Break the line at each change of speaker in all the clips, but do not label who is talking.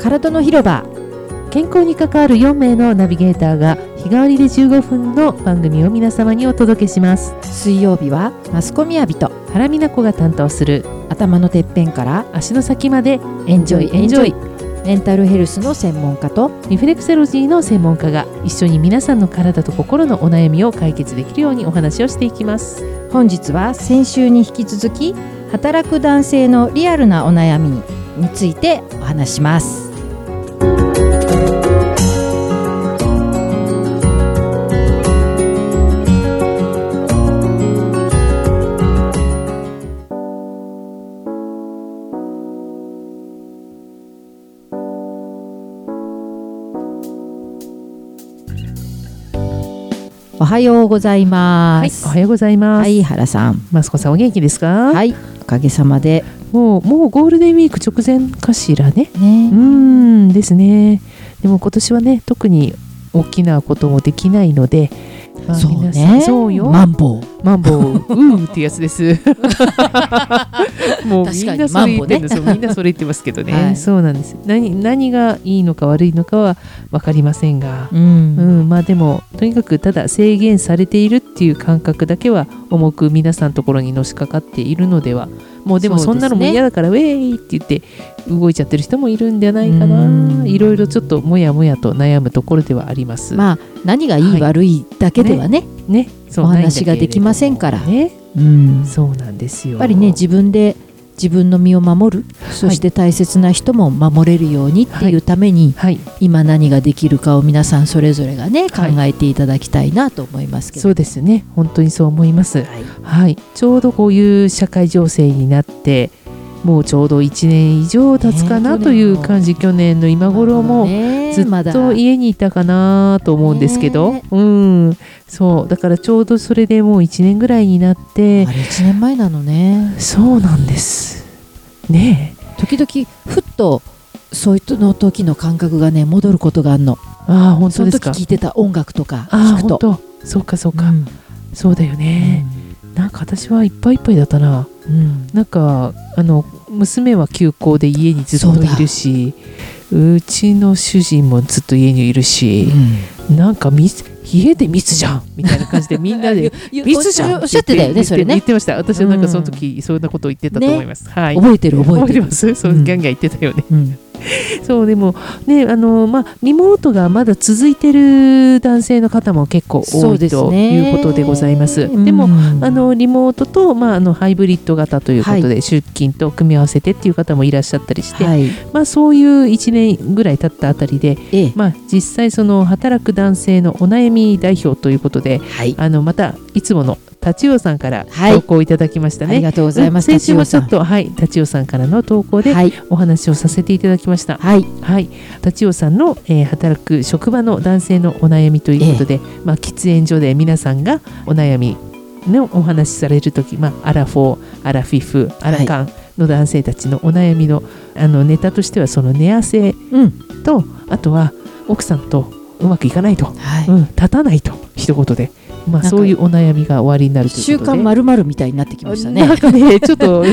空戸の広場健康に関わる4名のナビゲーターが日替わりで15分の番組を皆様にお届けします
水曜日はマスコミアビと
原美奈子が担当する
頭のてっぺんから
足の先まで
エンジョイエンジョイメンタルヘルスの専門家と
リフレクセロジーの専門家が一緒に皆さんの体と心のお悩みを解決できるようにお話をしていきます
本日は先週に引き続き働く男性のリアルなお悩みについてお話しますおはようございま
はい
す。
おはようございます、
はい、原さん。
マスコさんお元気ですか、
はい、おかげさまで。
もうもうゴールデンウィーク直前かしらねうー
ね。
んですねでも今年はね特に大きなこともできないので、まあ
そう
皆さん
ね。
そうよ、
マンボウ。
マンボウうーってやつです もうみんな
確
そ
か
れ
に
言ってんですよ、
マンボウね
みんなそれ言ってますけどね、
はい
そうなんです何何がいいのか悪いのかは分かりませんが、
う。
うんん、まあでもとにかくただ制限されているっていう感覚だけは重く皆さんのところにのしかかっているのではもうでも
そ
そう
ですね
んなのも嫌だからウェーイって言って動いちゃってる人もいるんじゃないか
うん
な色々ちょっともやもやと悩むところではあります、
まあ何がい
はいい
悪いだけではね。
ねそう
お話
ないんだけれども
ができませんから
ね
うん。や
そうなんですよ
っぱりね自分で自分の身を守る、そして大切な人も守れるようにっていうために、
はい
今何ができるかを皆さんそれぞれがね考
はい
えていただきたいなと思いますけど。
そうですね本当にそう思います
はい
はい、ちょうどこういう社会情勢になってもうちょうど1年以上経つかな
ね
という感じ、去年の今頃も
ね
ず
ま
っ
だ
と家にいたかなと思うんですけど、
ね
うんそうだからちょうどそれでもう1年ぐらいになって
あれ1年前なのね
そうなんですねえ
時々ふっとそういうの時の感覚がね戻ることがあるの
ああ本
そ
当
の
です
時
か
聞いてた音楽とか
あ
聞
あ
く
本
と、
当そうかそう
う
か、
ん
そうだよね、なんか私はいっぱいいっぱいだったな
うん
なんかあの娘は休校で家にずっといるしうちの主人もずっと家にいる
う
し、
ん
なんか密家で密じゃんみたいな感じでみんな で密じゃん
おっしゃってたよねそれ
言っ
ね
てました私はなんかその時そんなことを言ってたと思います、はい
覚えてる覚えてる、
ますそう
う
ギャン
ん
ギャン言ってたよね、
うん
そうでもねあのまあリモートがまだ続いてる男性の方も結構
そ
多
う
い
です
と
ね
いうことでございます
うん
でもあのリモートと、まあ、あのハイブリッド型ということで、出勤と組み合わせてっていう方もいらっしゃったりして、
はい
まあ、そういう1年ぐらい経ったあたりで、
ええ
まあ、実際その働く男性のお悩み代表ということで
はい、
あのまたいつもの立尾さんから
はい
投稿いただきました
あ
ね。
りがとうございます
うん先週も
立
ちょ
尾さん
っと、はい、立尾さんからの投稿で
はい
お話をさせていただきました。
はい
はい、立尾さんの、えー働く職場の男性のお悩みということで、まあ、喫煙所で皆さんがお悩みのお話しされる時、まあ、アラフォーアラフィフアラカンの男性たちのお悩みの,、あのネタとしてはその寝汗
うん
とあとは奥さんとうまくいかないと、
はい、
うん、立たないと一言で、まあ、
なんか
そういうお悩みが終わりになるとい
週
うことで。
刊まるまるみたいになってきましたね
なんかね、ちょっと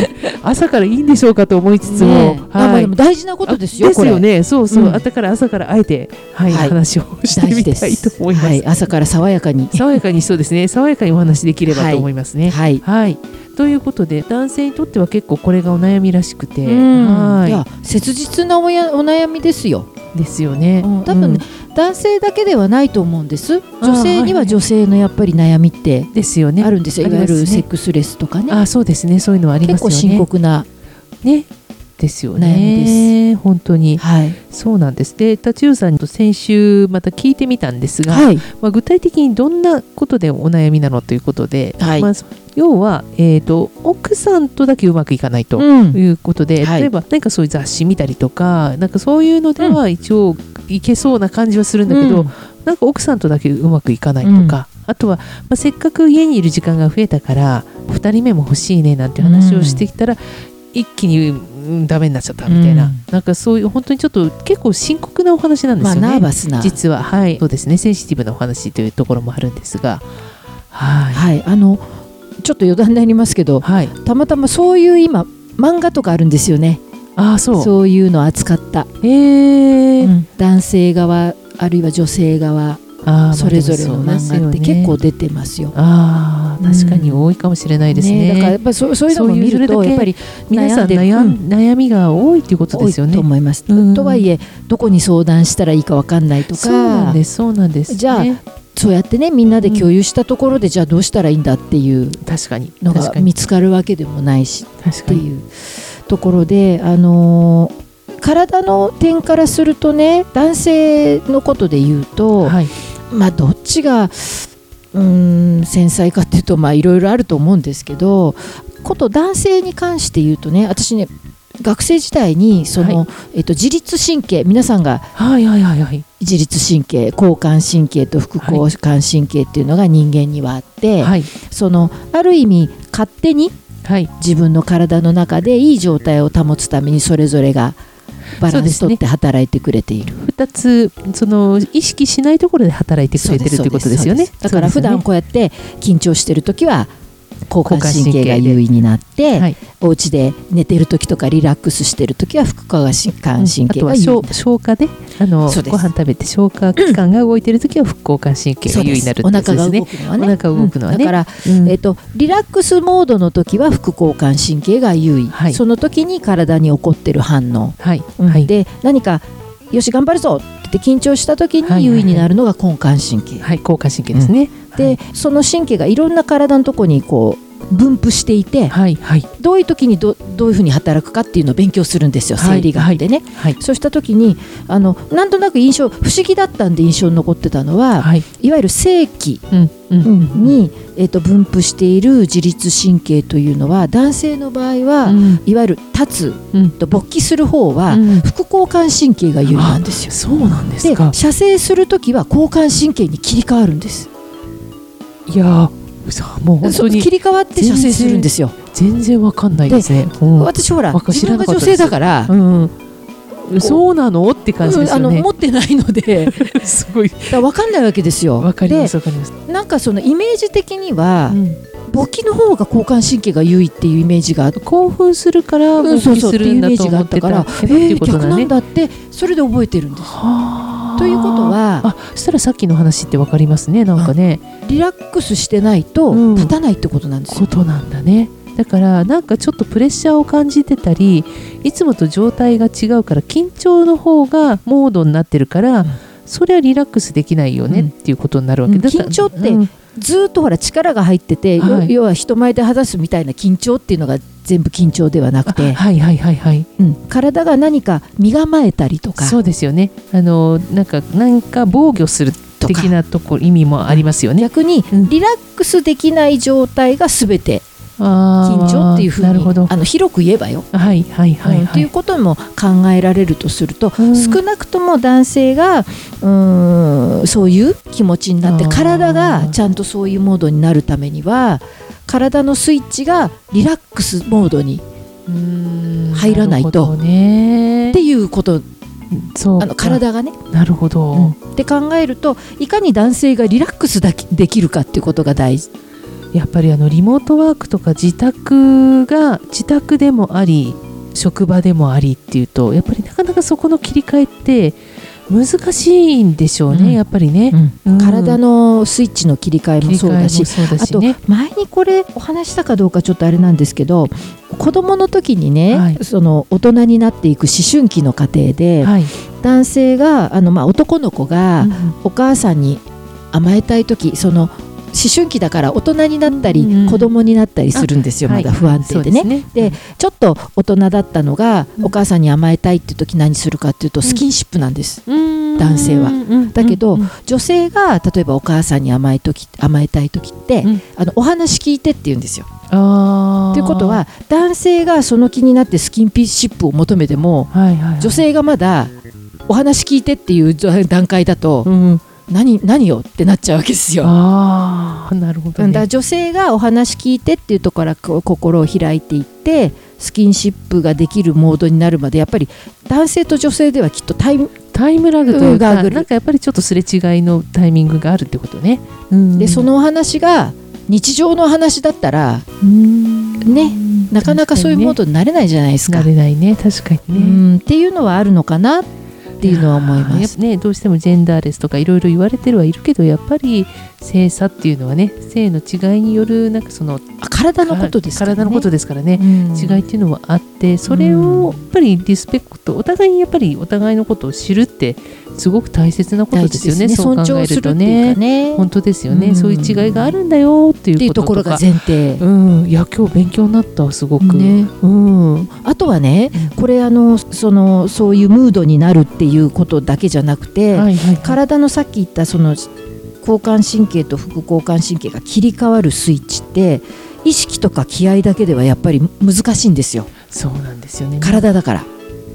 朝からいいんでしょうかと思いつつも、
ねえあまあでも大事なことですよ
あですよ
これ
ね。そうそう。
うん
あだから朝からあえてはい、
はい
話をして
大
み
事です
たいと思います。
はい朝から爽やかに
爽やかにそうですね。爽やかにお話できればと思いますね。
はい
はい。ということで男性にとっては結構これがお悩みらしくて、
い
は
や切実なおやお悩みですよ、
いですよね。
多分ね、男性だけではないと思うんです女性に
はいは
はい女性のやっぱり悩みって
うんですよね。
あるんですよ、
あ
い
り
わ
ま
ゆ
すね
るセックスレスとかね
あそうですね。そういうのはありますよ
結構
ね。
深刻な、
ね。ですよね。
悩みで
本当に
はい
そうなんです。で、立代さんと先週また聞いてみたんですが、
はい
まあ、具体的にどんなことでお悩みなのということで、
はい
まあ、要は、えー、と奥さんとだけうまくいかないと。
うん
いうことで、
はい
例えば何かそういう雑誌見たりとかなんかそういうのでは一応いけそうな感じはするんだけど、
うん
なんか奥さんとだけうまくいかないとか、あとは、まあ、せっかく家にいる時間が増えたから2人目も欲しいねなんて話をしてきたら、一気に、うん、ダメになっちゃったみたいな、
うん
なんかそういう本当にちょっと結構深刻なお話なんで
ますあ
よね。
ナーバスな
実ははいそうですねセンシティブなお話というところもあるんですがはい
はいあのちょっと余談になりますけど
はい
たまたまそういう今漫画とかあるんですよね
ああそう
そういうのを扱った、
ええー
うん
男性側あるいは女性側
あー
それぞれの漫画って結構
ま
出てますよ。
あでもそうですよねあー確かに多いかもしれないですね,、
だからやっぱりそうそういうのも見る
そう
と
いう
やっぱり
皆さん悩
悩
ん悩みが多いっていうこと
多
で
い
すよね
と思います。
うん
とはいえどこに相談したらいいかわかんないとか
そうなんですそうなんです、
じゃあ
ね
そうやってねみんなで共有したところで、じゃあどうしたらいいんだっていう
確かに
の
確
が
かに
見つかるわけでもないし
確
って
かに
いうところで、あのー体の点からするとね男性のことで言うと、
はい
まあどっちがうーん繊細かっていうとまあいろいろあると思うんですけどこと男性に関して言うとね私ね学生時代にその、
は
えっと、自律神経皆さんが
はいはいはいはい
自律神経交感神経と副交感神経っていうのが人間にはあって、
はい
そのある意味勝手に
はい
自分の体の中でいい状態を保つためにそれぞれがバランス
そうですね
とって働いてくれている
二つその意識しないところで働いてくれてるということですよね
そうですそうですだから
そ
普
うですよ
段
ね
こうやって緊張してる時は交感神経が
交感神経で
優位になって、
はい
お家で寝てる時とかリラックスしてる時は副交感神経
うん
が
あ
優位にな
と
る
は消消化であの
そうです
ご飯食べて消化器官が動いてるときは副交感神経
そ
が
うで
優位に
す
なるってこと
お腹
で
が
す
動
ね
くのはね
お腹が動くのはね
うんだから
うん
えっと、リラックスモードの時は副交感神経が優位、
はい
その時に体に起こってる反応、
はい
うん
はい
で何かよし頑張るぞって緊張した時
はいはいは
に
い
優位になるのが根幹神経、
はい交感神経ですね
でその神経がいろんな体のとこにこう分布していて
はいはい
どういう時にどどういうふうに働くかっていうのを勉強するんですよ
はい
生理学でね、
はい
そうした時にあのなんとなく印象不思議だったんで印象に残ってたのは、
はい
い、わゆる性器
うんうんうん
に、えー、と分布している自律神経というのは男性の場合は、
うん
いわゆる立つ
うん
と勃起する方は、
うん
副交感神経が優位なんですよ。
そうなんです
で
か
射精する時は交感神経に切り替わるんです
いやーさあもう本当
そう
に
切り替わって射精するんですよ
全然わかんないですねうん
私ほら
わか
自分が
知らなかっ
女
たです
性だから、
うんそうなのって感じ
う
で
ん
す
あ
よ
の
ね
持ってないので
すごい
だから分かんないわけですよ
わかりますわかります
でなんかそのイメージ的には、
うん
勃起の方が交感神経が優位っていうイメージがあって
興奮するから
うん
勃
そう
起
そう
す
って
る
いうんイ
だ
メー
と
ジ
思
があ
っ
った
て
か
た
ら、
けど
え
っていう
ー、
こと
逆
だ
な
ね
ん。だってそれで覚えてるんです
はあ
ということは
あそしたらさっきの話ってわかりますねなんかね
リラックスしてないと
うん
立たないってことなんです
こ
よ。
となんだねだからなんかちょっとプレッシャーを感じてたりいつもと状態が違うから緊張の方がモードになってるから、
うん
それはリラックスできないよねっていうことになるわけ、
うん
だから
緊張って
うん
ずーっとほら力が入ってて、よ
はい
要は人前で話すみたいな緊張っていうのが全部緊張ではなくて、
はいはいはいはい
うん体が何か身構えたりとか
そうですよねあのなんかなんか防御する
とか
的なとこ意味もありますよね
逆に
うん
リラックスできない状態が全て緊
緊
張っていうふうに
なるほど
あの広く言えばよ。
はいはいはい
うんと
はいいう
ことも考えられるとすると、
うん
少なくとも男性がうーんそういう気持ちになって
あー
体がちゃんとそういうモードになるためには体のスイッチがリラックスモードにっ
うん
入らないと
るほどね
ていうこと
そう
あの体がね、
なるほど、
うんって考えるといかに男性がリラックスだけできるかっていうことが大事
やっぱりあのリモートワークとか自宅が自宅でもあり職場でもありっていうとやっぱりなかなかそこの切り替えって難しいんでしょうね、
うん
やっぱりね、うん
体のスイッチの切り替え
切
も
り
そう
替え
だ
も
し
そうだ
あ
し
と
ね
前にこれお話ししたかどうかちょっとあれなんですけど子供の時にね、
はい
その大人になっていく思春期の過程で、
はい、
男性があの、まあ、男の子が
うん
お母さんに甘えたい時その思春期だから大人になったり、
うんうん
子供になったりするんですよ、
はい
まだ不安
そ
定
う
で
です
ね。
ね
でちょっと大人だったのが、
うん
お母さんに甘えたいって時何するかっていうと
ん
スキンシップなんです、
うん
男性は
うん
だけど
うん
女性が例えばお母さんに甘えとき甘えたい時って、
うん
あのお話聞いてって言うんですよ
あー
ということは男性がその気になってスキンシップを求めても
はいはいはい
女性がまだお話聞いてっていう段階だと、
うん
何何よってなっちゃうわけですよ。
ああなるほど
うんだから
ね
女性がお話聞いてっていうところからこう心を開いていってスキンシップができるモードになるまでやっぱり男性と女性ではきっとタイム
タイムラグという
うん
か
ラグ
なんかやっぱりちょっとすれ違いのタイミングがあるってことね、うん
でそのお話が日常の話だったら
うん
ねなかなかそういうモードになれないじゃないですか。
慣れないね確か
う
にね。
んっていうのはあるのかなっていうのは思いま
やっ
す
ぱ。ね、どうしてもジェンダーレスとかいろいろ言われてるはいるけどやっぱり性差っていうのはね性の違いによるなんかその
あ体のことですからね。
体のことですからね、
うん
違いっていうのはあってそれをやっぱりリスペクトお互いにやっぱりお互いのことを知るってすごく大切なこと
大
です
事で
よ
す
ね
ね。
そう
尊
考
重
え
す
る
る
と
っていう
ね
かね。
本当ですよね、
うん
そういう違いがあるんだよって
って
い
いう
こ
う
とと
ことろが
か
前提。
うんいや今日勉強になったすごく、
ね
うん
あとはねこれあのそのそういうムードになるっていうことだけじゃなくて、
はいはいはい
体のさっき言ったその交感神経と副交感神経が切り替わるスイッチって意識とか気合だけではやっぱり難しいんですよ
そうなんですよね
体だから。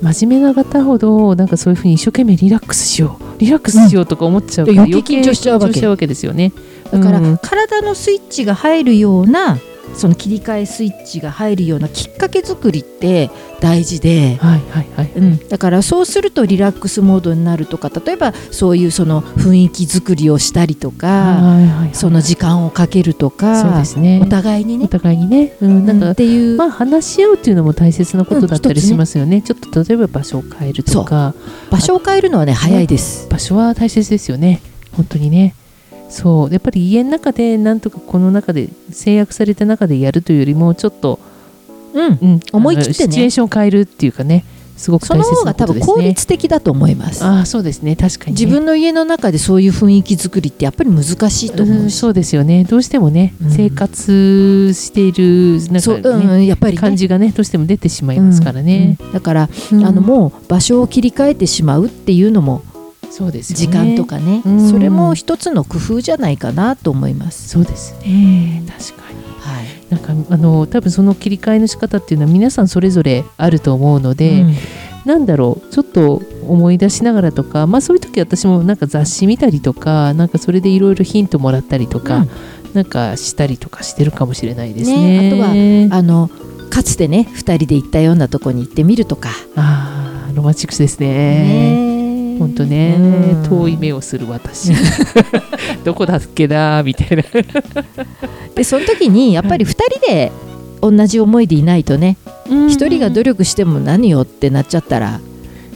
真面目な方ほどなんかそういうふうに一生懸命リラックスしようリラックスしようとか思っちゃうから、
うん余計緊張しちゃうわけ
緊張ですよね
だから、
うん
体のスイッチが入るようなその切り替えスイッチが入るようなきっかけ作りって大事で、
はいはいはい
うん、だからそうするとリラックスモードになるとか例えばそういうその雰囲気作りをしたりとか、
はいはいはい
その時間をかけると
そう
か
で、すね
お互いに
お
ね、
互いにね、うん、なんか、
っていう、
まあ、話し合うっていうのも大切なことだった
うん
り
一つね
しますよね,、ちょっと例えば場所を変えるとか
場所を変えるのはね早いです。
場所は大切ですよね本当にねそうやっぱり家の中でなんとかこの中で制約された中でやるというよりもちょっと、
うん、
うん、
思い切ってね
あのシチュエーションを変えるっていうかねすごく
そ
大
の
切
方
な
が
こ
多
とで
分
す
効
ね
率的だと思います。
ああそうですね確かにね、
自分の家の中でそういう雰囲気作りってやっぱり難しいと
う
思うんし、
そうですよねどうしてもね、
うん
生活しているなん
そう
か、ね
うん、やっぱりね
感じがねどうしても出てしまいますからね、
うんだから、
うん
あのもう場所を切り替えてしまうっていうのも
そうですよね
時間とかね
うん
それも一つの工夫じゃないかなと思います。
そうですね確かに
はい
なんかあの多分その切り替えの仕方っていうのは皆さんそれぞれあると思うので、
うん
なんだろうちょっと思い出しながらとか、まあ、そういう時私もなんか雑誌見たりとかなんかそれでいろいろヒントもらったりとか、
うん
なんかしたりとかしてるかもしれないです
ね
ね。あとは
あのかつてね二人で行ったようなとこに行ってみるとか、
あーロマンチックですね。
ね
本当ね、
うん
遠い目をする 私どこだっけなみたいな
でその時にやっぱり二人で同じ思いでいないとね一人が努力しても何よってなっちゃったら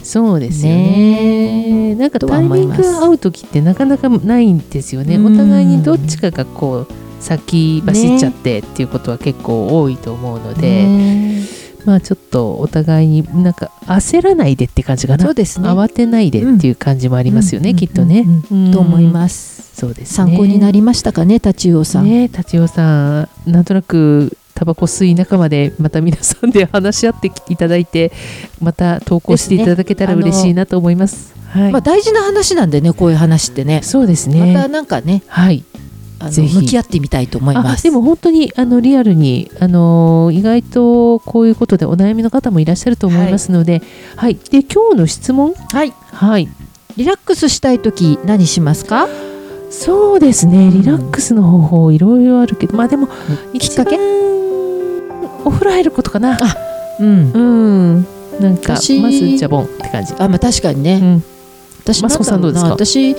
そうですよね。なんか
とは
タイ
思い
ミン
ます
グが合う時ってなかなかないんですよね。
う
お
ん
互いにどっちかがこう先走っちゃってっていうことは結構多いと思うので、
ね
まあちょっとお互いになんか焦らないでって感じか
そ
な。
うですね
慌てないでっていう感じもありますよね、
うん
きっとね
うん。
うん
と思います。
そうですね。
参考になりましたかね太刀魚さん、
ね達夫さんなんとなくタバコ吸い仲間でまた皆さんで話し合っていただいてまた投稿していただけたら
ですね
嬉しいなと思います。はい
まあ、大事な話なんでねこういう話ってね
そうですね。
またなんかね
はい。
あの
ぜひ
向き合ってみたいと思いま
あ
す
でも本当にあのリアルにあのー意外とこういうことでお悩みの方もいらっしゃると思いますので、はい。で今日の質問、
はい
はい。
リラックスしたい時何しますか
そうですね。リラックスの方法いろいろあるけど、まあでも
きっかけ
一番お風呂入ることかな。
うん
うん。なんかまず
私
ジャボンって感じ。
あまあ確かにね、
うん。
私
マスコさんどうですか
なんだろうな私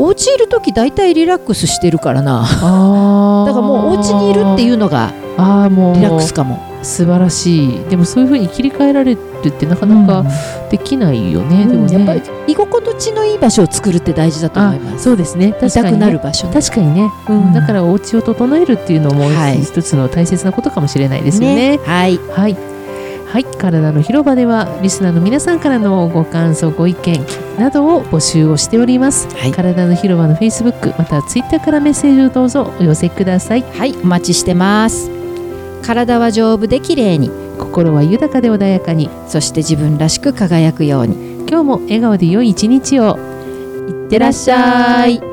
お家いる時大体リラックスしてるからな
あ。
だからもうお家にいるっていううのが
ああもう
リラックスかも
素晴らしい。でもそういう風に切り替えられるってなかなか。できないよね、
うん
でもね
やっぱり居心地のいい場所を作るって大事だと思います
そうですね
見
確
た
か
く
にね
なる場所
確かにね、うん
うん
だからお家を整えるっていうのも
はい
一つの大切なことかもしれないですよね
はい
はいはい体の広場ではリスナーの皆さんからのご感想ご意見などを募集をしております
はい、
体の広場の Facebook または Twitter からメッセージをどうぞお寄せください
はい、お待ちしてます体は丈夫で綺麗に
心は豊かで穏やかに
そして自分らしく輝くように
今日も笑顔で良い一日を
いってらっしゃい